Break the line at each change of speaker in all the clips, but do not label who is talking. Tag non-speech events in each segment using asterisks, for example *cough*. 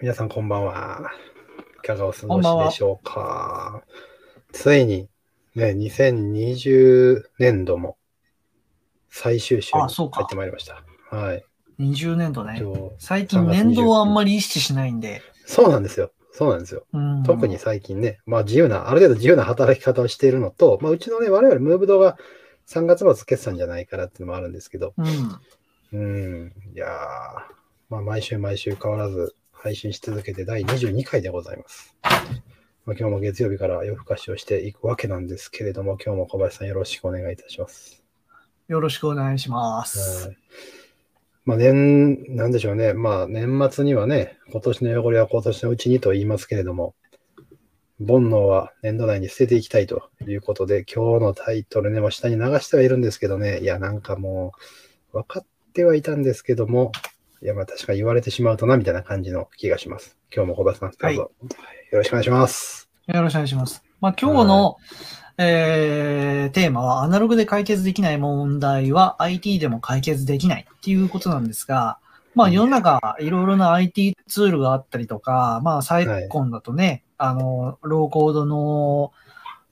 皆さんこんばんは。いかがお過
こんばん
ごし
は
でしょうか。ついに、ね、2020年度も最終週に
あ
入
そうか
ってまいりました。はい。
20年度ね
一。応
最近年度はあんまり意識しないんで。
そうなんですよ。そうなんですよ。
うん、
特に最近ね、まあ自由な、ある程度自由な働き方をしているのと、まあうちのね、我々ムーブドが3月末決算じゃないからっていうのもあるんですけど、
うん。
うん、いやー、まあ、毎週毎週変わらず配信し続けて第22回でございます。まあ、今日も月曜日から夜更かしをしていくわけなんですけれども、今日も小林さんよろしくお願いいたします。
よろしくお願いしま
は
す。
い。まあ、年、なんでしょうね。まあ、年末にはね、今年の汚れは今年のうちにと言いますけれども、煩悩は年度内に捨てていきたいということで、今日のタイトルね、まあ、下に流してはいるんですけどね、いや、なんかもう、分かってはいたんですけども、いや、まあ、確かに言われてしまうとな、みたいな感じの気がします。今日も小林さん、どうぞ、
はい
よろしくお願いします。
よろしくお願いします。まあ、今日の、えー、テーマは、アナログで解決できない問題は IT でも解決できないっていうことなんですが、まあ、世の中、いろいろな IT ツールがあったりとか、まあ、最今だとね、あの、ローコードの、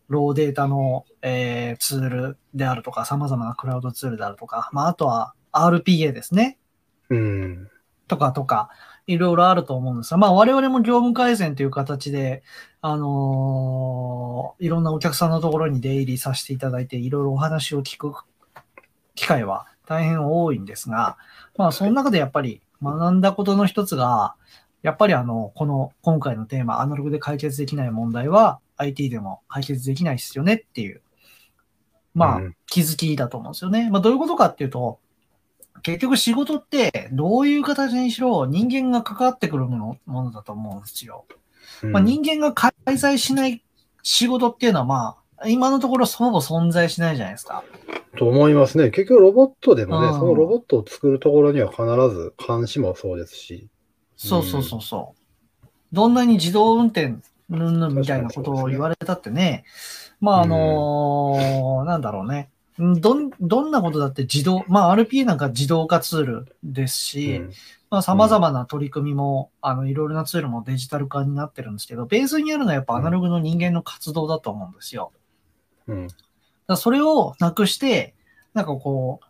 ローデータの、えーツールであるとか、様々なクラウドツールであるとか、まあ、あとは RPA ですね。
うん。
とかとか、いろいろあると思うんですが、まあ我々も業務改善という形で、あのーいろんなお客さんのところに出入りさせていただいて、いろいろお話を聞く機会は大変多いんですが、まあその中でやっぱり学んだことの一つが、やっぱりあの、この今回のテーマ、アナログで解決できない問題は IT でも解決できないですよねっていう、まあ、
うん
気づきだと思うんですよね。まあ、どういうことかっていうと、結局仕事ってどういう形にしろ人間が関わってくるものものだと思うんですよ。まあ、人間が介在しない仕事っていうのはまあ、今のところほぼ存在しないじゃないですか。
と思いますね。結局ロボットでもね、
うん
そのロボットを作るところには必ず監視もそうですし、
そうそうそうそう。どんなに自動運転、ぬんぬんみたいな
確かに
こと
そうです
を
ね
言われたってね、まああのーなんだろうね。うんどん、どんなことだって自動、まあ RPA なんか自動化ツールですし、
うん
まあ、様々な取り組みも、あの、いろいろなツールもデジタル化になってるんですけど、ベースにあるのはやっぱアナログの人間の活動だと思うんですよ。
うん
だからそれをなくして、なんかこ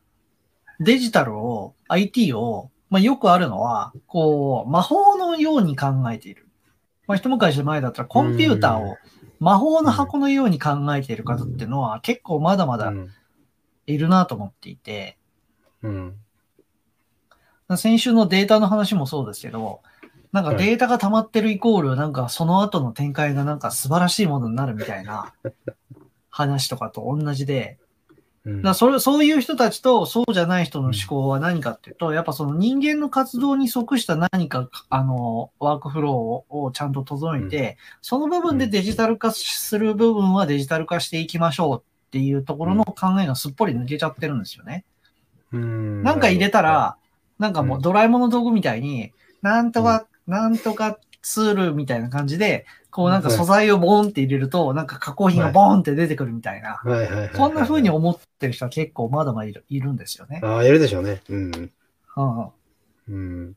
う、デジタルを、IT を、まあ、よくあるのは、こう、魔法のように考えている。まあ、一昔前だったらコンピューター
うん
を魔法の箱のように考えている方っていうのは結構まだまだいるなと思っていて、
うん
先週のデータの話もそうですけど、なんかデータが溜まってるイコール、なんかその後の展開がなんか素晴らしいものになるみたい *laughs* な話とかと同じで、
うん
だからそれそういう人たちとそうじゃない人の思考は何かっていうと、やっぱその人間の活動に即した何か、あの、ワークフローををちゃんと整えて、その部分でデジタル化する部分はデジタル化していきましょうっていうところの考えがすっぽり抜けちゃってるんですよね。
うん
なんか入れた、ら、なんかも
う
うんドラえもんの道具みたいに、なんとか、なんとかツールみたいな感じで、こうなんか素材をボーンって入れると、なんか加工品がボーンって出てくるみたいな、
はいはいはいはい
そんな風に思ってる人は結構まだまだいるいるんですよね。
ああ、いるでしょうね。うん。
うんうん
うん。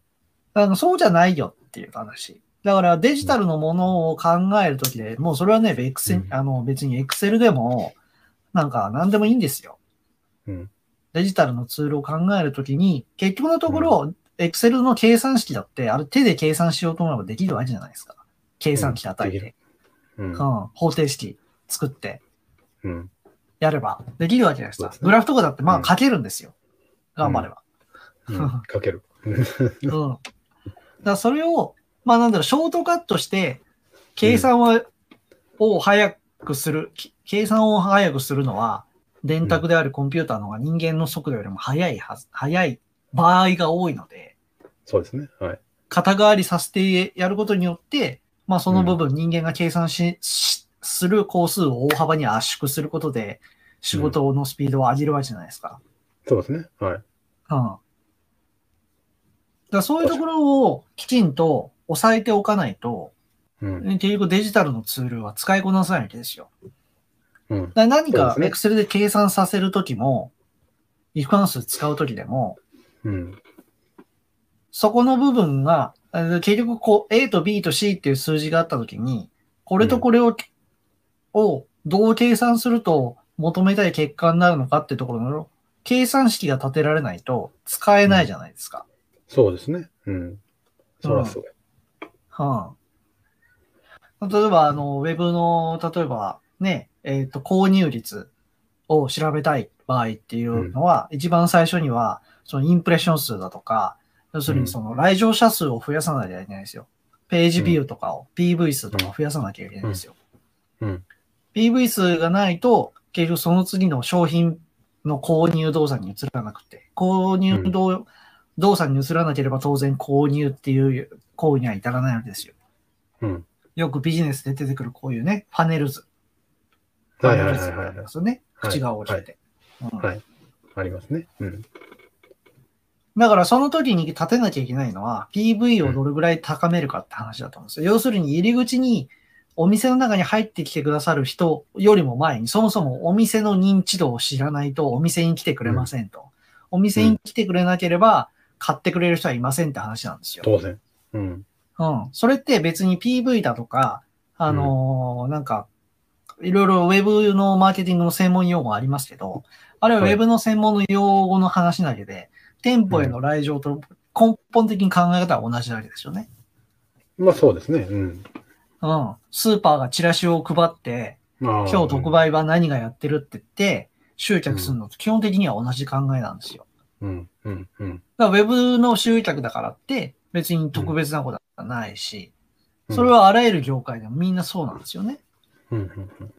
あの、そうじゃないよっていう話。だからデジタルのものを考えるときで、もうそれはね、別に
う、ん
あの別に Excel でも、なんか何でもいいんですよ。
うん
デジタルのツールを考えるときに、結局のところ、Excel の計算式だって、あれ手で計算しようと思えばできるわけじゃないですか。計算機叩い
うん
て、
う
うんん、方程式作って
うん。
やればできるわけじゃないです
そう
か。
ですね
グラフとかだってま
う
あ
ん
書けるんですよ。頑張れば。 *laughs*
うんかける。
うん。だからそれを、まあなんだろう、ショートカットして、計算は、を早くする、き計算を早くするのは、電卓であるコンピューターの方が人間の速度よりも速いはず、速い場合が多いので、
そうですね。はい。
肩代わりさせてやることによって、まあその部分人間が計算し、しする工数を大幅に圧縮することで、仕事のスピードを上げるわけじゃないですか。
そうですね。はい。
うん。だからそういうところをきちんと抑えておかないと、
うん。
結局デジタルのツールは使いこなせないわけですよ。
うん。
だから何か
そうで
Excel で計算させるときも、if 関数使うときでも、
うん。
そこの部分があの結局、こう、A と B と C っていう数字があったときに、これとこれを、をどう計算すると求めたい結果になるのかっていうところの計算式が立てられないと使えないじゃないですか。
そうですね。うん。そらそうや。
はあ、例えば、あの、ウェブの、例えば、ね、えっ、と、購入率を調べたい場合っていうのは、一番最初には、そのインプレッション数だとか、要するにその来場者数を増やさなきゃいけないんですよ。ページビューとかを、PV 数とか増やさなきゃいけないんですよ。
うん。
PV 数がないと、結局その次の商品の購入動作に移らなくて、購入動,、動作に移らなければ当然購入っていう行為には至らないわけですよ。
うん。
よくビジネスで出てくるこういうね、パネル図。パ
はい
ネ
はい
ル
は
図
い
が
は
あり
い。
ますよね。
はい
口が折れて。うん
はいありますね。うん。
だからその時に立てなきゃいけないのは PV をどれぐらい高めるかって話だと思うんですよ。要するに入り口にお店の中に入ってきてくださる人よりも前にそもそもお店の認知度を知らないとお店に来てくれませんと。お店に来てくれなければ買ってくれる人はいませんって話なんですよ。
当然。うん。
うん。それって別に PV だとか、あのーなんか、いろいろウェブのマーケティングの専門用語ありますけど、あれはウ
はい
ェブの専門の用語の話だけで、店舗への来場と根本的に考え方は同じだけですよね。
まあそうですね。うん。
うん。スーパーがチラシを配って、
今
今日特。売は何がやってるって言って、集客するのと基本的には同じ考えなんですよ。
うん。うん。うん。
だからウェブの集客だからって、別に特別なことはないし、
うん
それはあらゆる業界でもみんなそうなんですよね。
うん。うん。うん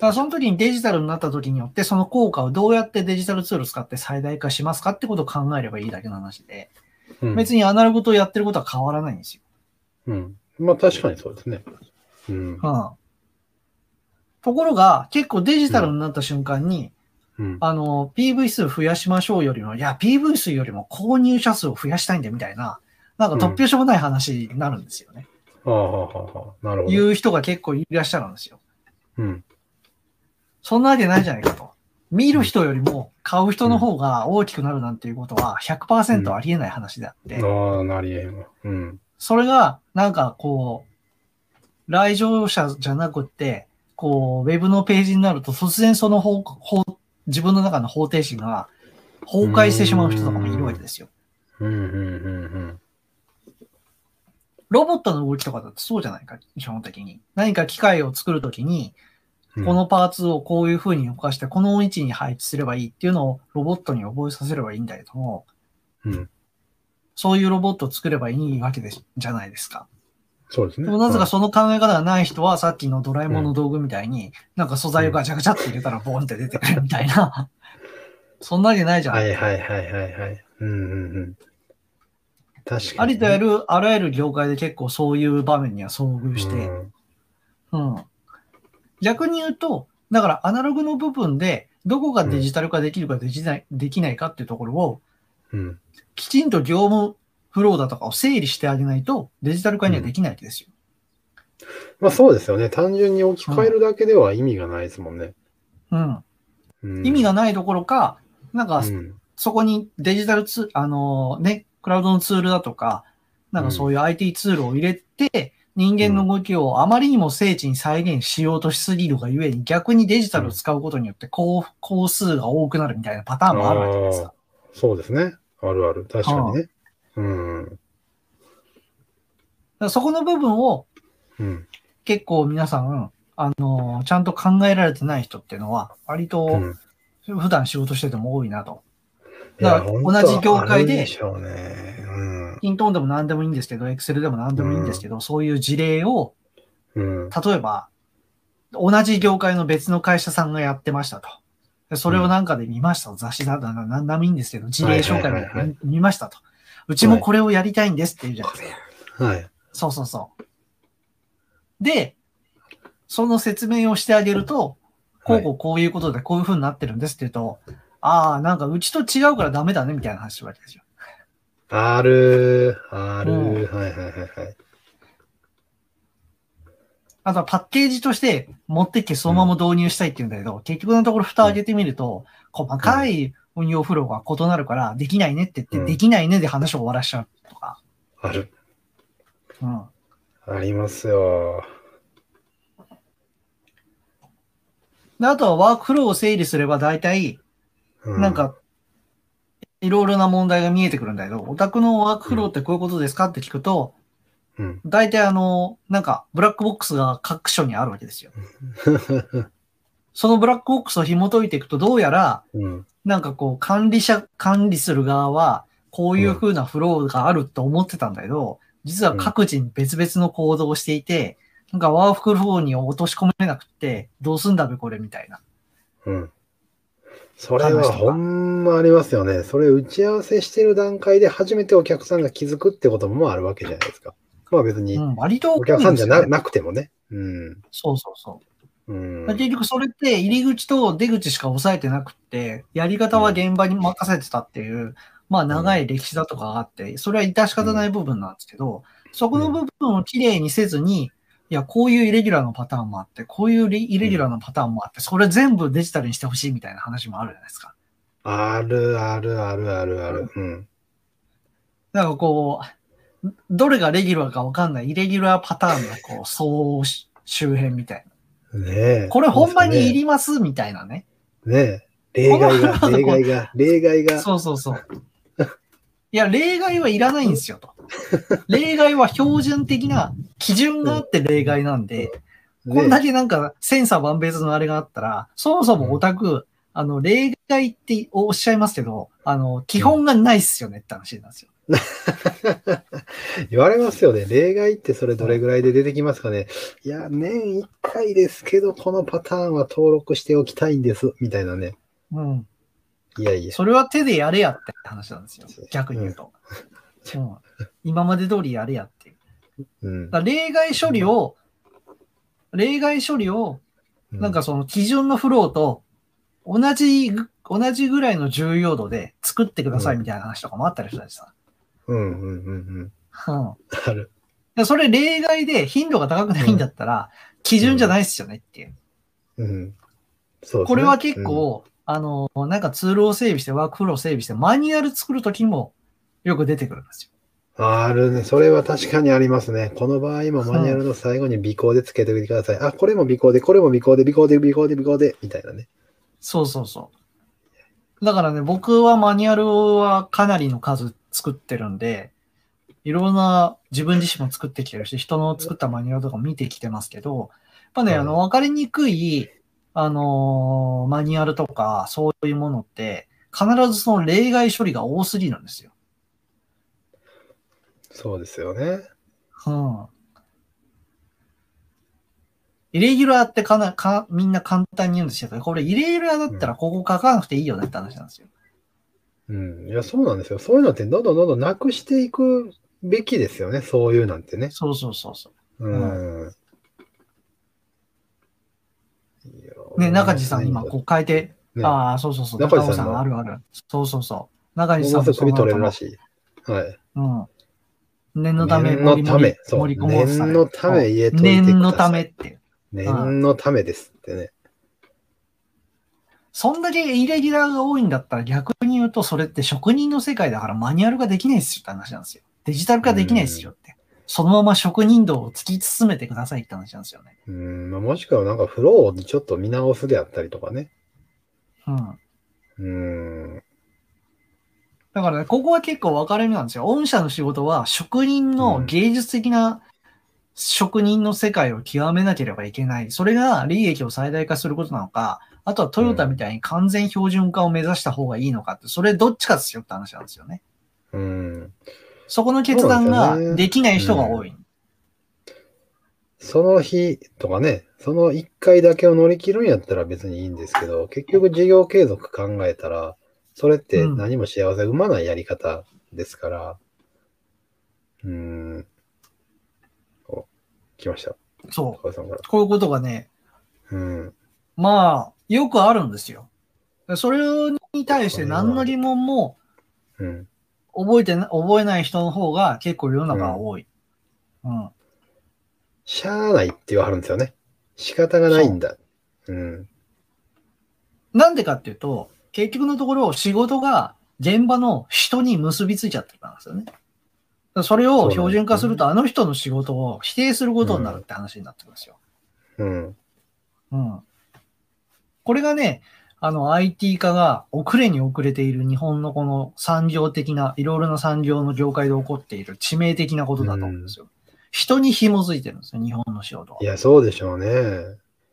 ただその時にデジタルになった時によって、その効果をどうやってデジタルツール使って最大化しますかってことを考えればいいだけの話で、
うん。
別にアナログとやってることは変わらないんですよ。
うん。まあ確かにそうですね。うん。
うん。ところが、結構デジタルになった瞬間に、
うん。
あの、PV 数増やしましょうよりも、いや、PV 数よりも購入者数を増やしたいんだみたいな、なんか突拍子もない話になるんですよね。
ああ、はあはあはあ。なるほど。
いう人が結構いらっしゃるんですよ。
うん。
そんなわけないじゃないかと。見る人よりも買う人の方が大きくなるなんていうことは100%ありえない話であって、
ああ、なりえへんわ。うん。
それがなんかこう、来場者じゃなくって、こう、ウェブのページになると突然その方方自分の中の方程式が崩壊してしまう人とかもいるわけですよ。
うん。うん。うん。
ロボットの動きとかだってそうじゃないか、基本的に。何か機械を作るときに、
うん。
このパーツをこういう風に動かして、この位置に配置すればいいっていうのをロボットに覚えさせればいいんだけども、
うん。
そういうロボットを作ればいいわけですじゃないですか。
そうですね。
でもなぜか
は
その考え方がない人は、さっきのドラえもんの道具みたいに、なんか素材をガチャガチャって入れたらボンって出てくるみたいな。そんなわけないじゃん。
いはいはいはいはい。うん。うん。うん。確
あ
かにね。
りとやる、あらゆる業界で結構そういう場面には遭遇して、
うん。
うん。逆に言うと、だからアナログの部分で、どこがデジタル化できるかできない、できないかっていうところを、
うん。
きちんと業務フローだとかを整理してあげないと、デジタル化にはできないわけですよ。
まあそうですよね。単純に置き換えるだけでは意味がないですもんね。
うん。
うん
意味がないどころか、なんか、
うん。
そこにデジタルツーあのね、クラウドのツールだとか、なんかそういう IT ツールを入れて、人間の動きをあまりにも精緻に再現しようとしすぎるがゆえに、逆にデジタルを使うことによって、こう、工数が多くなるみたいなパターンもあるわけですか。
そうですね。あるある。確かにね。うん。
だからそこの部分を
うん。
結構皆さん、あの、ちゃんと考えられてない人っていうのは、割
う
と
ん
普段仕事してても多いなと。
いや
だから同じ業界
本当
で
あるしょうね。うん。
キントンでも何でもいいんですけど、エクセルでも何でもいいんですけど、そういう事例を、
うん。
例えば、同じ業界の別の会社さんがやってましたと。でそれをなんかで見ましたと。雑誌だ、なななんでもいいんですけど、事例紹介
はいはいはいは
で見見ましたと。うちもこれをやりたいんですって言うじゃないですか。
はい。
そうそうそう。で、その説明をしてあげると、こうこうこういうことでこういう風になってるんですって言うと、ああ、なんかうちと違うからダメだねみたいな話するわけですよ。
ある、ある、
うん
はいはいはいはい。
あとはパッケージとして持ってきてそのまま導入したいって言うんだけど、結局のところ蓋を開けてみると、細かい運用フローが異なるからできないねって言って、
うん
できないねで話を終わらしちゃうとか。
ある。
うん。
ありますよ。
で、あとはワークフローを整理すれば大体、
う
なん、か、いろいろな問題が見えてくるんだけど、オタクのワークフローってこういうことですかって聞くと、
うん。
大体あの、なんか、ブラックボックスが各所にあるわ
*laughs*
けですよ。そのブラックボックスを紐解いていくと、どうやら、
うん。
なんかこう、管理者、管理する側は、こういう風なフローがあると思ってたんだけど、実は各人別々の行動をしていて、なんかワークフローに落とし込めなくって、どうすんだべこれみたいな。
うん。それはほんまありますよね。それ打ち合わせしてる段階で初めてお客さんが気づくってこともあるわけじゃないですか。まあ別
う
に
ん、割と
お
大きい
客さんじゃ
です
な
よね
なくてもね。うん。
そうそうそう。
うん。
結局それって入り口と出口しか押さえてなくって、やり方は現場に任せてたっていう、まあ長い歴史だとかがあって、それは致し方ない部分なんですけど、そこの部分をきれいにせずに、いや、こういうイレギュラーのパターンもあって、こういうイレイレギュラーのパターンもあって、それ全部デジタルにしてほしいみたいな話もあるじゃないですか。
あるあるあるあるある。うん。
だからこう、どれがレギュラーかわかんない、イレギュラーパターンのこう、総周辺みたい
ねえ。
な。これ本番にい
り
りますみたいなね。
ねえ。例外が、
この
例外が、例外が。
そうそうそう。いや、例外はいらないんですよと。例外は標準的な基準があって例外なんで、こんだ
ね
けなんか千差万別のあれがあったら、そもそもオタク、あの、例外っておっしゃいますけど、あの、基本がないっすよねって話なんですよ。
え言われますよね。例外ってそれどれぐらいで出てきますかね。いや、年1回ですけど、このパターンは登録しておきたいんです。みたいなね。
うん。
いやいや。
それは手でやれやって話なんですよ。逆に言うと。うん、今まで通りやれやっていう。
うん。
だから例外処理を、例外処理をなんかその基準のフローと同じぐ、同じぐらいの重要度で作ってくださいみたいな話とかもあったりしたりさ。
うん、うんうんうんうん。
うん。
ある。
でそれ例外で頻度が高くないんだったら、基準じゃないっすよねっていう。
うん。そうですね
これは結、構、あの、なんかツールを整備して、ワークフローを整備して、マニュアル作るときもよく出てくるんですよ。
うんあるね。それは確かにありますね。この場合もマニュアルの最後に尾行でつけておいてください。あ、これも尾行で、これも尾行で、尾行で、尾行で、尾行で、みたいなね。
そうそうそう。だからね、僕はマニュアルはかなりの数作ってるんで、いろんな自分自身も作ってきてるし、人の作ったマニュアルとかも見てきてますけど、やっぱね、
はい
あの、わかりにくい、あのーマニュアルとか、そういうものって、必ずその例外処理が多すぎるんですよ。
そうですよね。
うん。イレギュラーってかな、か、みんな簡単に言うんですけど、これイレギュラーだったらここ書かなくていいよねって話なんですよ。
うん。いや、そうなんですよ。そういうのって、どんどんどんどんなくしていくべきですよね。そういうなんてね。
そうそうそうそう。
うん。
ね、中地さん、今、
こ
こう変えて、
ね
ああ、そうそうそう、
中地
中地
さ
さ
んの
ん、あるある。そうそうそう。中
う、も
地さ
うん
も
す
そう
ぐ
な
取れるら
のか
しい。はい。
も。うん。念のため、
念のため、そう。
盛り込もうとされ
念
る
のため言えといてください。
念のためっ。て。
念のためですってね。
そんだけイレギュラーが多いんだったら、逆に言うと、それって職人の世界だからマニュアルができないっすよって話なんですよ。デジタル化できないっすよって。そのまま職人道を突き進めてくださいって話なんですよね。
うん、まあもしくはなんかフローをちょっと見直すであったりとかね。
うん。
うん。
だからね、ここは結構分かれ目なんですよ。御社の仕事は職人の芸術的な職人の世界を極めなければいけない。それが利益を最大化することなのか、あとはトヨタみたいに完全標準化を目指した方がいいのかって、それどっちかですよって話なんですよね。
うん。
そこの決断
そうな
が
んですよね
できない人が多い。
その日とかね、その1回だけを乗り切るんやったら別にいいんですけど、結局事業継続考えたら、それって何も幸せ生まないやり方ですから、うん。お、来ました。
そ
高橋さんから。
う。こういうことがね、
うん。
まあ、よくあるんですよ。それに対して何の疑問も
うん。
覚えてな、覚えない人の方が結構世の中は多い。うん
しゃあないって言わはるんですよね。仕方がないんだ。うん。
なんでかっていうと、結局のところ仕事が現場の人に結びついちゃってるからなんですよね。らそれを標準化すると、あの人の仕事を否定することになるって話になってますよ。
うん。。
うん。これがね、あの IT 化が遅れに遅れている日本のこの産業的な、いろいろな産業の業界で起こっている致命的なことだと思うんですよ。人に紐づいてるんですよ、日本の仕事はい
や、そうでしょうね。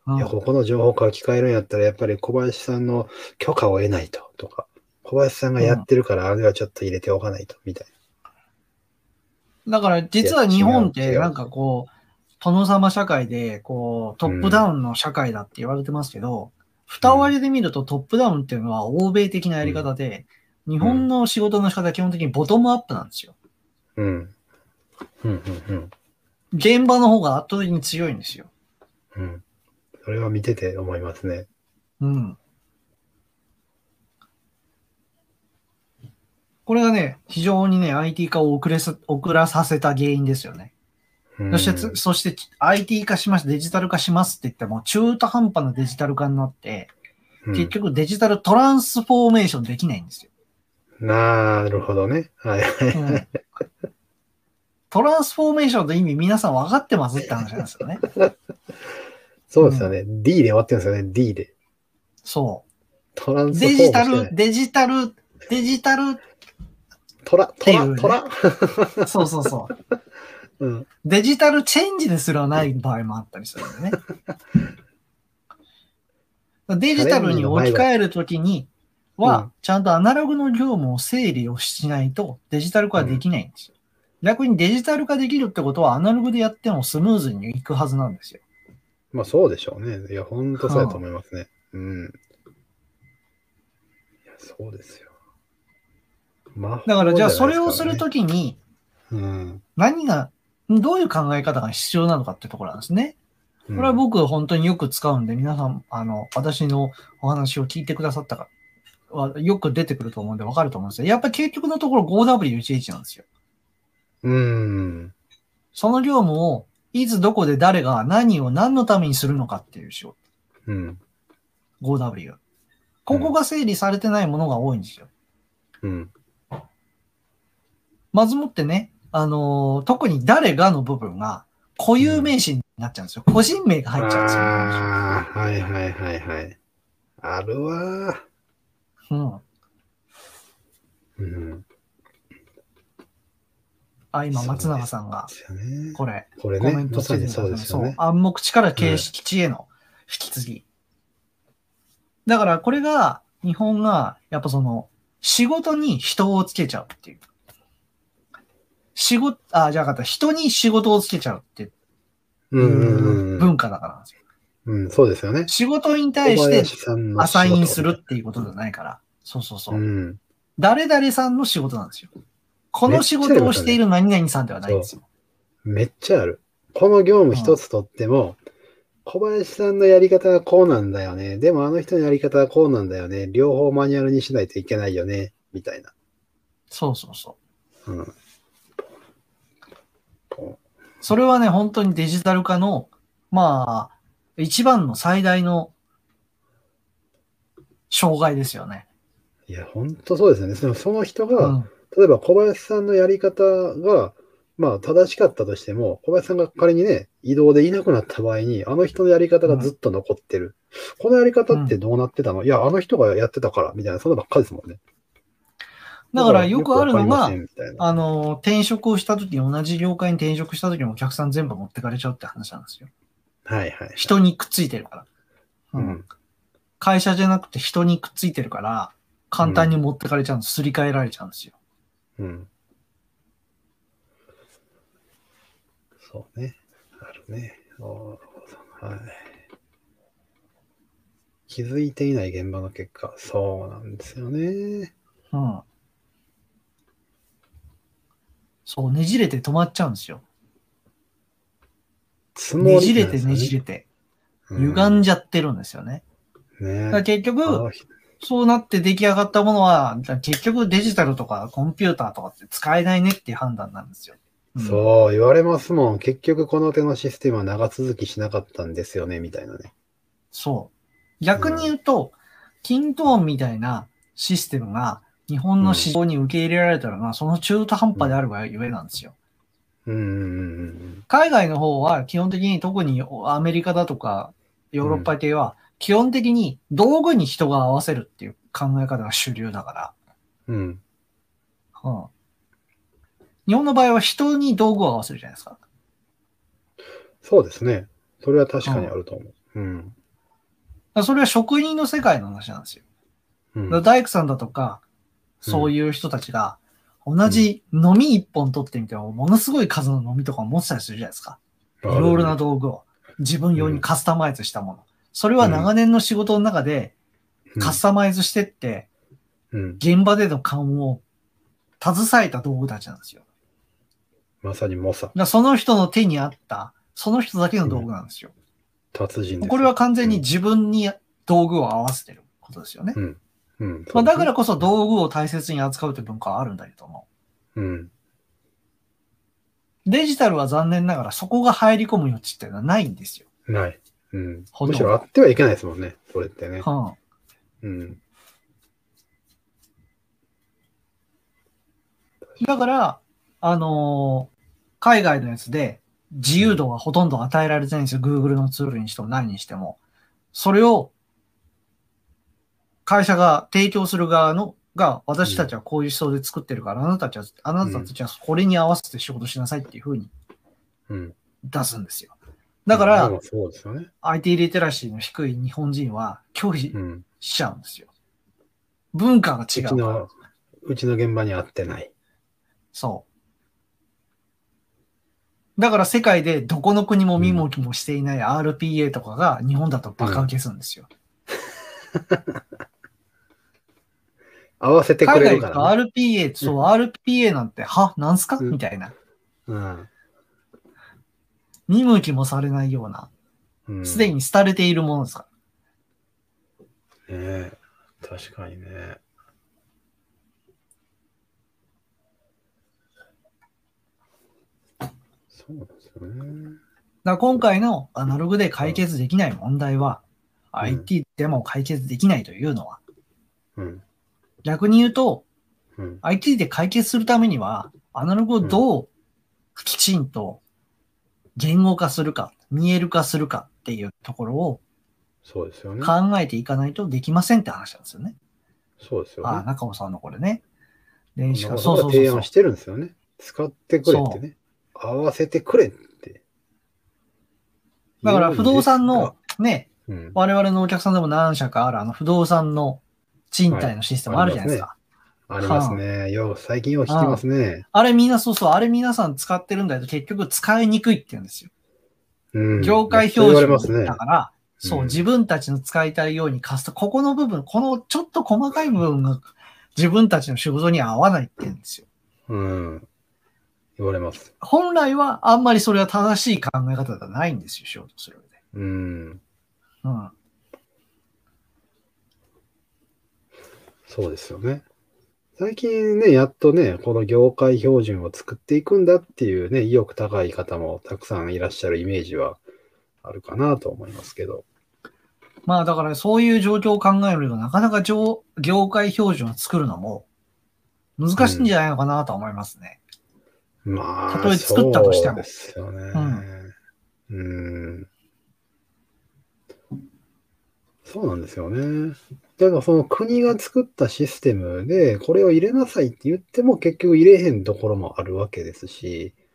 うん
いや、ここの情報書き換えるんやったら、やっぱり小林さんの許可を得ないと、とか、小林さんがやってるから、あれはちょっと入れておかないと、みたい
だから実はい
や
日
違う
本っ
違
て
う
なんかこう、殿様社会でこうトップダウンの社会だって言われてますけど、蓋を開けてみるとトップダウンっていうのは欧米的なやり方で、日本の仕事の仕方は基本的にボトムアップなんですよ。
な。うん。うん、うん、
現場の方が圧倒的に強いんですよ。
うん。うん。それは見てて思いますね。
うん。これがね、非常にね、IT 化を遅れさ、遅らさせた原因ですよね。
うん
そしてつ、そして IT 化します、デジタル化しますって言っても、中途半端なデジタル化になって、結局デジタルトランスフォーメーションできないんです
う
よ。
んなるほどね。はい。 *laughs*
うんトランスフォーメーションの意味皆さん分かってますって話なんですよね。
そうですよね。D で終わってるんですよね。D で。
そ
トラン
う。
スフォームして
デジタ
ない
ル、。デジタル、デジタル、
トラ、ト
っていう
ラ、
ね
トラ。
そうそうそう。
うん。
デジタルチェンジですらない場合もあったりするん
*laughs*
でね。デジタルに置き換えるときに
う
は
ん、
ちゃんとアナログの業務を整理をしないとデジタル化はできないんですよ。逆にデジタル化できるってことはアナログでやってもスムーズにいくはずなんですよ。
まあそうでしょうね。いや、ほんとそうやと思いますね。うん。いや、そうですよ。ま
だからじゃあそれをするときに
うん。
何が、どういう考え方が必要なのかってところなんですね。
こ
これは僕本当によく使うんで、皆さん、あの、私のお話を聞いてくださったかは、よく出てくると思うんでわかると思うんですよ。やっぱり結局のところ 5W11 なんですよ。
うん。
その業務を、いつどこで誰が何を何のためにするのかっていう仕事、
うん。
5W。ここが整理されてないものが多いんですよ。
うん。
まずもってね、あのー特に誰がの部分が固有名詞になっちゃうんですよ。個人名が入っちゃうんですよ。
ああ、はいはいはいはい。あるわー。
うん。
うん。
あ、今松永さんが、
ですよね。
これ、
これ
コ
ね
メン、ト
ま
して
さ
る
にそうですよね。
暗黙地から形式地への引き継ぎ。だからこれが、日本が、やっぱその、仕事に人をつけちゃうっていう。仕事、あ、じゃなかった、人に仕事をつけちゃうっていう
うんうんうん。
文化だからなんですよ。
うん、そうですよね。
仕事に対して
さん
アサイン
仕
す
事
るっていうことじゃないから。そうそうそうう。
ん。
誰々さんの仕事なんですよ。この仕事をしている何々さんではないんですよ。
めっちゃある。この業務一つとっても、小林さんのやり方はこうなんだよね。でもあの人のやり方はこうなんだよね。両方マニュアルにしないといけないよね。みたいな。
そうそうそう。
うん。こ
それはね、本当にデジタル化の、まあ、一番の最大の障害ですよね。
ういや、ほんとそうですよね。そのその人が、
うん
例えば小林さんのやり方が、まあ正しかったとしても、小林さんが仮にね、移動でいなくなった場合に、あの人のやり方がずっと残ってる。このやり方ってどうなってたの、いや、あの人がやってたから、みたいな、そんなばっかりですもんね。
だからよくあるの
わ
が
かり、ませんみたいな
あの、転職をした時に、同じ業界に転職した時にお客さん全部持ってかれちゃうって話なんですよ。
はいはい。
人にくっついてるか
う
ら。うん
ん。
会社じゃなくて人にくっついてるから、簡単に持ってかれちゃうんです。すり替えられちゃうんですよ。
うん。そうね。あるね。あーはい。気づいていない現場の結果、そうなんですよね。
うん。そう、ねじれて止まっちゃうんですよ。
積
ねじれてねじれて、
て
歪んじゃってるんですよね。だから
ね。
結
あ
局
の、人
そうなって出来上がったものは、結局デジタルとかコンピューターとかって使えないねっていう判断なんですよ。うん
そう言われますもん。結局この手のシステムは長続きしなかったんですよね、みたいなね。
そう。逆に言うと、キントーンみたいなシステムが日本の市場に受け入れられたらな、その中途半端であるがゆえなんですよ。
うんうん
海外の方は基本的に特にアメリカだとかヨーロッパ系は基本的に道具に人が合わせるっていう考え方が主流だか
うんうん。うん。
ら。うん、日本の場合は人に道具を合わせるじゃないですか。
そうですね。それは確かにあると思う。うん。
それは職人の世界の話なんですよ。
うん。
だから大工さんだとか、そういう人たちが同じ飲み一本取ってみても、ものすごい数の飲みとかを持ってたりするじゃないですか。いろいろな道具を自分用にカスタマイズしたもの。それは長年の仕事の中でカスタマイズしてって、
うん。
現場での勘を携えた道具たちなんですよ。だか
まさに猛者。
らその人の手にあった、その人だけの道具なんですよ。
達人です。
これは、完全に自分に道具を合わせてることですよね。
うん。、
まあ、だかららこそ道具を大切に扱うという文化はあるんだけども。
うん。
デジタルは残念ながらそこが入り込む余地っていうのはないんですよ。
ない。うん。
ほと
む
んど
しろあってはいけないですもんね。それってね。
うん、
うん。
だから、あのー海外のやつで自由度がほとんど与えられてないんですよ。Google のツールにしても何にしても。それを会社が提供する側のが私たちはこういう思想で作ってるから、あなたたちは、あなたたちはこれに合わせて仕事しなさいっていう風に
うん。
出すんですよ。だから、
まあそうですよね。
IT リテラシーの低い日本人は拒否
うん。
しちゃうんですよ。文化が違
う
う
ち
から
の、うちの現場に合ってない。
そう。だから世界でどこの国も見向きもしていない RPA とかが日本だとバカ受けするんですよ。
合わせてく
海
れ
外
る
行
か
くと
ら、ね。
RPA、そう、RPA なんて、はなんすか
うん
みたいな。
うん
見向きもされないような、
うん。
すで
ね
に廃れているものですから。
え。確かにね。そうなんですよね。
だから今回のアナログで解決できない問題は、
ん
IT でも解決できないというのは、
うん。
逆に言うと、
うん。
IT で解決するためには、アナログをどうきちんと言語化するか、見える化するかっていうところを
そうですよね。
考えていかないとできませんって話なんですよね。
そうですよ
ああ、
ね。
中尾さんのこれね。電子化。
だ
そう
から
そうそう
提
そう
案。してるんですよね。使ってくれってね。合わせてくれって。
だから不動産の、ね、
うん、
我々のお客さんでも何社かある、あの不動産の賃貸のシステムあるじゃないですか。
ありますね。よう、最近よう聞きますね。
あれみんなそうそう、あれ皆さん使ってるんだけど、結局使いにくいって言うんですよ。
うん、
業界
めっちゃ言わ
標
れます
準
ね
だ。から、そう、
うん
自分たちの使いたいようにカスタ、ここの部分、このちょっと細かい部分が自分たちの仕事に合わないって言うんですよ。
うん。言われます。
本来はあんまりそれは正しい考え方ではないんですよ、仕事する上で。
うん。
うん。
そうですよね。最近ね、やっとね、この業界標準を作っていくんだっていうね、意欲高い方もたくさんいらっしゃるイメージはあるかなと思いますけど。
まあだからそういう状況を考えると、なかなか業業界標準を作るのも難しいんじゃないのかなとは思いますね。
まあ、
たとえ作ったとしても
そうですよね。うん。そうなんですよね。だからその国が作ったシステムで、これを入れなさいって言っても結局入れへんところもあるわけですし、
うん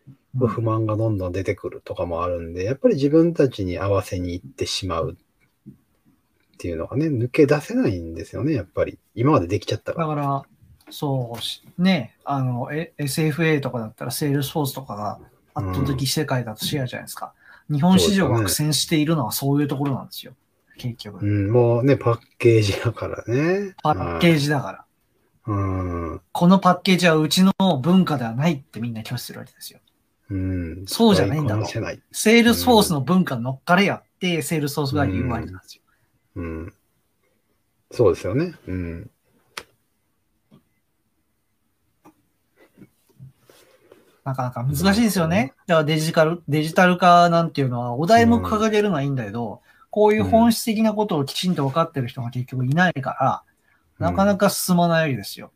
不満がどんどん出てくるとかもあるんで、やっぱり自分たちに合わせに行ってしまうっていうのがね、抜け出せないんですよね、やっぱり。今までできちゃったか
だ
ら。
から、そうし、ね、あの、え SFA とかだったら、セールスフォースとかが圧倒的世界だとシェアじゃないですか。日本市場が苦戦しているのはそういうところなんですよ。
う
結局。
ん、もうね、パッケージだからね。
パッケージだから。
うん。
このパッケージはうちの文化ではないってみんな拒否するわけですよ。
うん、
そうじゃないんだと
こせない。
セールスフォースの文化に乗っかれやって、セールスフォースが言うわけなんですよ。
うん。そうですよね。うん。
なかなか難しいですよね。だからデジタル、デジタル化なんていうのは、お題も掲げるのはいいんだけど、こういう本質的なことをきちんと分かってる人が結局いないから、なかな
か。
か進まないわけですよ。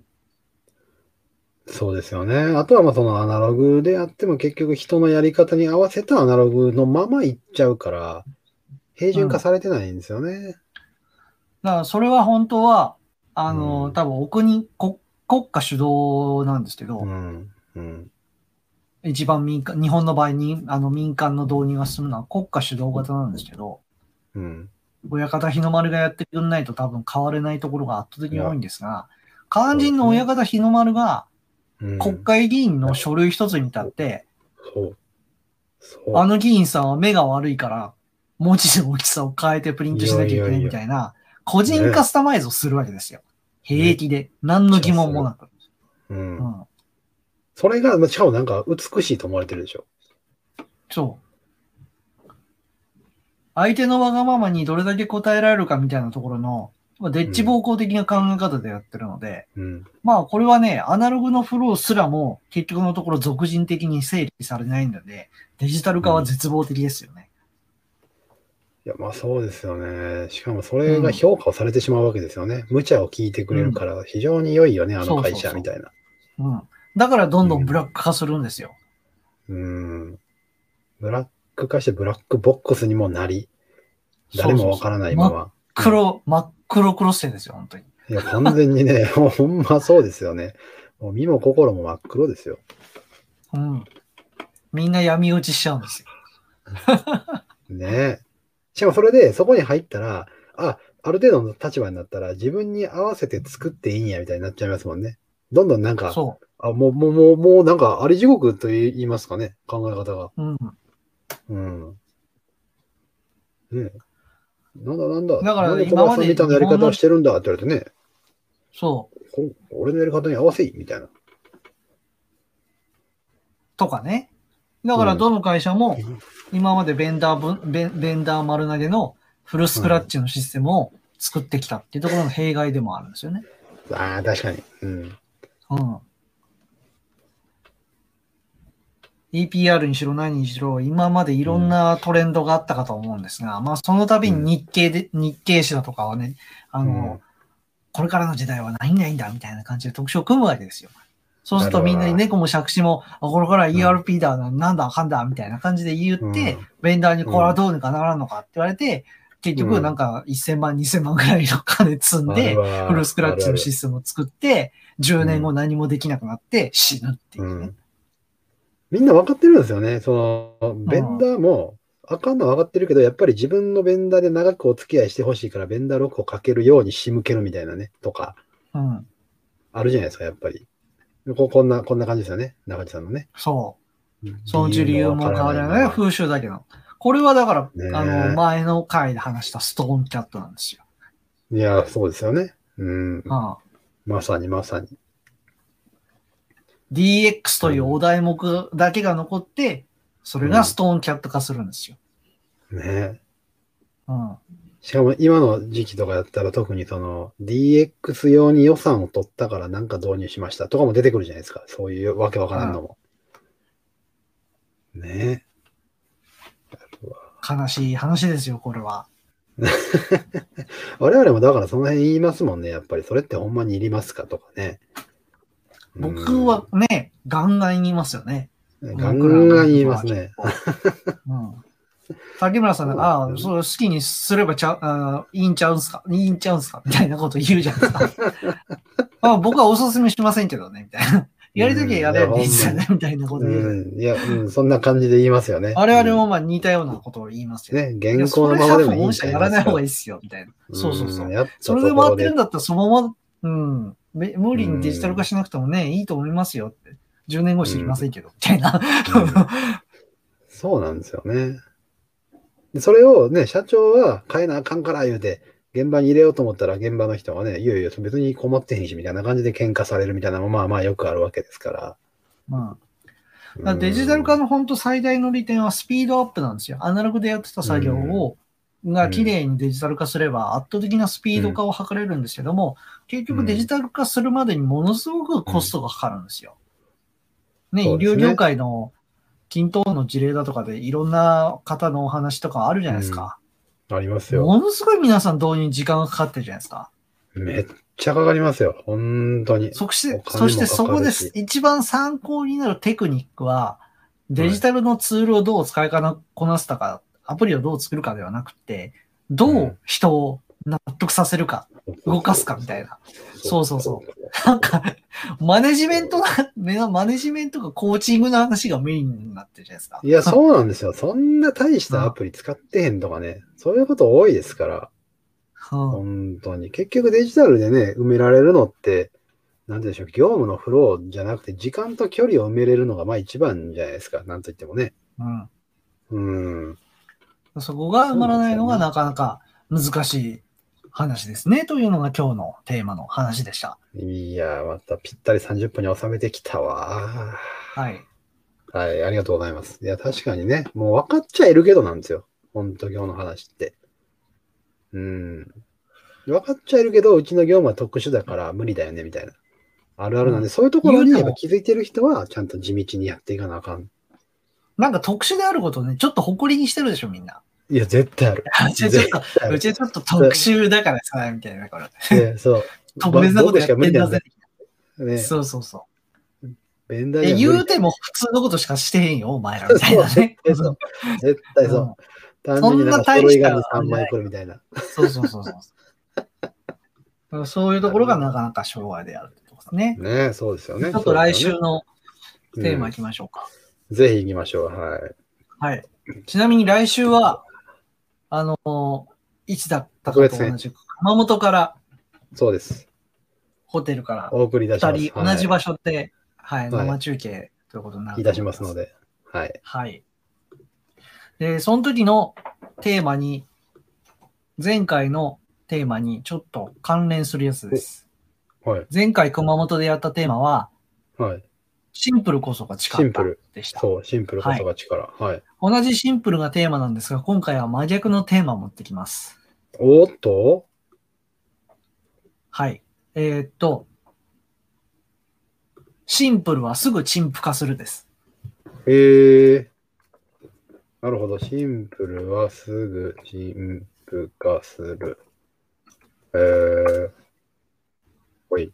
そうですよね。あとはまあそのアナログであっても結局人のやり方に合わせたアナログのままいっちゃうから、平準化されてないんですよね。
だからそれは本当は、あの、
うん
多分お国国、国家主導なんですけど、
うん。うん。
一番民間、日本の場合に、あの民間の導入が進むのは国家主導型なんですけど、
うん。
親方日の丸がやってくれないと多分変われないところが圧倒的に多いんですが、肝心の親方日の丸が
うん、
国会議員の書類一つに立って、
そう。そう。
あの議員さんは目が悪いから、文字の大きさを変えてプリントしなきゃいけないみたいな、個人カスタマイズをするわけですよ。平気で。何の疑問もなく。
う。
うんん。
それが、まあしかもなんか美しいと思われてるでしょ。
そう。相手のわがままにどれだけ答えられるかみたいなところの、まあでっち暴行的な考え方でやってるので、
うん。
まあこれはね、アナログのフローすらも結局のところ俗人的に整理されないので、デジタル化は絶望的ですよね。
いや、まあそうですよね。しかもそれが評価をされてしまうわけですよね。無茶を聞いてくれるから、非常に良いよね、あ
そうそ
の
うそう
会社みたいな。
うん。だからどんどんブラック化するんですよ。
うん。ブラック化してブラックボックスにもなり、誰もわからないま
そうそうそう。真っ
ま。
黒、真っ黒クロステですよ、本当に。
いや、完全にね、 *laughs* もうほんまそうですよね。もう身も心も真っ黒ですよ。
うん。みんな闇落ちしちゃうんですよ。
ねえ。しかもそれで、そこに入ったら、あ、ある程度の立場になったら、自分に合わせて作っていいんや、みたいになっちゃいますもんね。どんどんなんか、
そ
あもう、もう、もう、もうなんか、あり地獄と言いますかね、考え方が。
う。うん。
うん。ねえ。なんだなんだ、
だから
なんで小
今ま
林
で
さんみたいなやり方をしてるんだって言われてね、
そう。
こ俺のやり方に合わせい、みたいな。
とかね。だからどの会社も
うん
今までベンダー分、ベンベンダー丸投げのフルスクラッチのシステムを作ってきたっていうところの弊害でもあるんですよね。
ああ、確かに。うん。
うん。EPR にしろ何にしろ今までいろんなトレンドがあったかと思うんですが、まあその度に日経で、日経誌だとかはね、あの、
うん
これからの時代は何がいいんだみたいな感じで特徴を組むわけですよ。そうするとみんなに
な
猫も借子も、あこれから ERP だ、なんだあかんだみたいな感じで言って、
うん
ベンダーにこれはどうにかならんのかって言われて、結局なんか1000万、2000万ぐらいの金積んで、フルスクラッチのシステムを作って、10年後何もできなくなって死ぬっていううね
ん。みんな分かってるんですよね。その、ベンダーも、あかんのは分かってるけど、やっぱり自分のベンダーで長くお付き合いしてほしいから、ベンダー6をかけるように仕向けるみたいなね、とか、
うん。
あるじゃないですか、やっぱり。ここんな、こんな感じですよね、中地さんのね。
そう。そのうち理由も変わらない。
理由も分から
風習だけど。これはだから、
ねえ
あの、前の回で話したストーンキャットなんですよ。
いや、そうですよね。うん。
うん。
まさにまさに。
DX というお題目だけが残って、それがストーンキャット化するんですよ。
ね。
うん。
しかも今の時期とかやったら特にその DX 用に予算を取ったからなんか導入しましたとかも出てくるじゃないですか。そういうわけわからんのも。ね
悲しい話ですよ、これは。
え。我々もだからその辺言いますもんね。やっぱりそれってほんまにいりますかとかね。
僕はね、ガンガン言いますよね。
うん。ガンガン言いますね。
うん。竹村さんが、ああ、そう、好きにすればちゃう、あーいいんちゃうんすかいいんちゃうんすかみたいなこと言うじゃないで
*laughs*
すか。まあ僕はおすすめしませんけどね、みたいな。やりときはやればいいですよね、みたいなこと言う。
うん。いや、うん、そんな感じで言いますよね。
我々もまあ似たようなことを言います
うん。
よね。
ね、
いや
原
そ
稿の
れ
ま
じ
ま
ゃ
で
も
も
う
いいん
本
じゃな
社
い
や
です
らない
か
方がいいですよ、みたいな。そうそうそう。
んやっ
それで回ってるんだったらそのまま、うん、め無理にデジタル化しなくてもね、いいと思いますよって。10年後知りませんけど、みたいな。 *laughs*
そうなんですよね。でそれをね、社長は変えなあかんから言うて、現場に入れようと思ったら現場の人はね、いやいや、別に困ってへんし、みたいな感じで喧嘩されるみたいなのもまあまあよくあるわけですから。
うん
う
だ
ん
からデジタル化の本当最大の利点はスピードアップなんですよ。アナログでやってた作業を、が綺麗にデジタル化すれば圧倒的なスピード化を図れるんですけども、結
う
局
ん
デジタル化するまでにものすごくコストがかかるんですよ。ね、医
そうですね
療業界の均等の事例だとかでいろんな方のお話とかあるじゃないですか。
ありますよ。
ものすごい皆さん導入に時間がかかってるじゃないですか。
めっちゃかかりますよ。本当に。
そし
お金も
て、
かかるし。
そしてそこです。一番参考になるテクニックは、デジタルのツールをどう使いかなこなせたか、アプリをどう作るかではなくて、どう人を納得させるか、動かすかみたいな。そうそうそうなんか、マネジメントが、ねマネジメントがコーチングの話がメインになってるじゃないですか。
いや、そうなんですよ。そんな大したアプリ使ってへんとか
*laughs*
ね。そういうこと多いですから。
うん
本当に。結局デジタルでね、埋められるのって、なんて言うんでしょう、業務のフローじゃなくて、時間と距離を埋めれるのが、まあ一番じゃないですか。なんと言ってもね。
うん
うん。
そこが埋まらないのがなかなか難しい話ですね、というのが今日のテーマの話でした。
いやー、またぴったり30分に収めてきたわ
はい。
ー。はい、ありがとうございます。いや、確かにね、もう分かっちゃいるけどなんですよ。本当今日の話って。うん。分かっちゃいるけど、うちの業務は特殊だから無理だよね、みたいな。あるあるなんで、そういうところにやっぱ気づいてる人は、ちゃんと地道にやっていかなあかん。
なんか特殊であることをね、ちょっと誇りにしてるでしょ、みんな。
いや、絶対ある。
う *laughs* ちはちょっと、
絶対ある
うちはちょっと特殊だからさ、みたいな。だから
ねそう。
特別なことやってんだぜ。
僕しか無理だよね。ね
そうそうそ
ベン
う。
ダー
で
じゃ無
言
理
うても普通のことしかしてへんよ、お前らみたいなね。。
そうそう絶対そううん単純になんか揃い紙
そ
3
んな
枚
大
来るみたいな。
そうそうそうそう。だからそういうところがなかなか障害であるってことですね。
ねそうですよね。
ちょっと来週
そう
の
です
テー
よね
マいきましょうか。
うんぜひ行きましょう。はい。
はい。ちなみに来週は、あのーいつだったか
特
と
別
同
編
じく、熊本から、
そうです。
ホテルから、
お送りいたします。
二人
は
同
い
じ場所で、はい、
はい
生中継ということになると思
いたしますの
で。
で。はい。
はい。で、その時のテーマに、前回のテーマにちょっと関連するやつです。
はい。
前回熊本でやったテーマは、
はい。
シンプルこそが近
シ
かっ
ンプ
た
ル。
でした。
そう、シンプルこそが力。はい。
同じシンプルがテーマなんですが、今回は真逆のテーマを持ってきます。
おーっと
はい。えーっと、シンプルはすぐ陳腐化するです。
えー。なるほど。シンプルはすぐ陳腐化する。えー。ほい。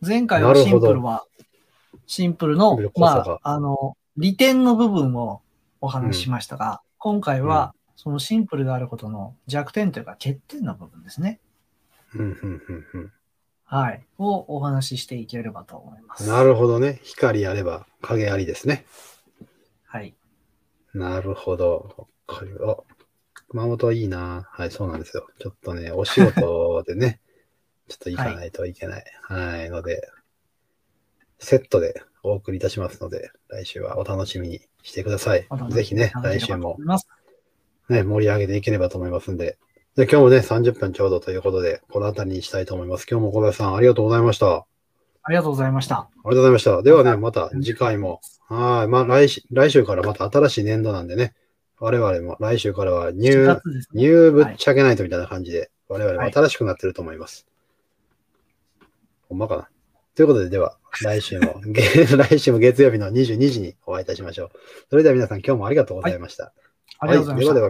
前回はシンプルは、シンプルの
シンプル、こそが
まあ、あの、利点の部分をお話ししましたが、今回は、そのシンプルであることの弱点というか欠点の部分ですね。
うんうんうんうん。
はい。をお話ししていければと思います。
なるほどね。光あれば影ありですね。
はい。
なるほど。わかるあ、熊本いいな。はい、そうなんですよ。ちょっとね、お仕事でね、 *laughs* ちょっと行かないといけない。はい、ので、セットでお送りいたしますので、来週はお楽しみにしてください
お楽。しみ
ぜひね
いた、だけ
来
れ
週
ばと
も
思います。
ね、盛り上げていければと思いますんで。で今日もね、30分ちょうどということで、この辺りにしたいと思います。今日も小林さん、ありがとうございました。
ありがとうございました。
ありがとうございました。ではね、また次回も。はい。まあ来し、来週からまた新しい年度なんでね。我々も来週からはニ
4
ュー、
月ですね。
ニューぶっちゃけないとみたいな感じで、我々
は
も
い
新しくなってると思います。ほんまかな。ということで、では、来週
*laughs*
も、げ来週も月曜日の22時にお会いいたしましょう。それでは皆さん、今日もありがとうございました。
ありがとうございまし
は。で
た
はでは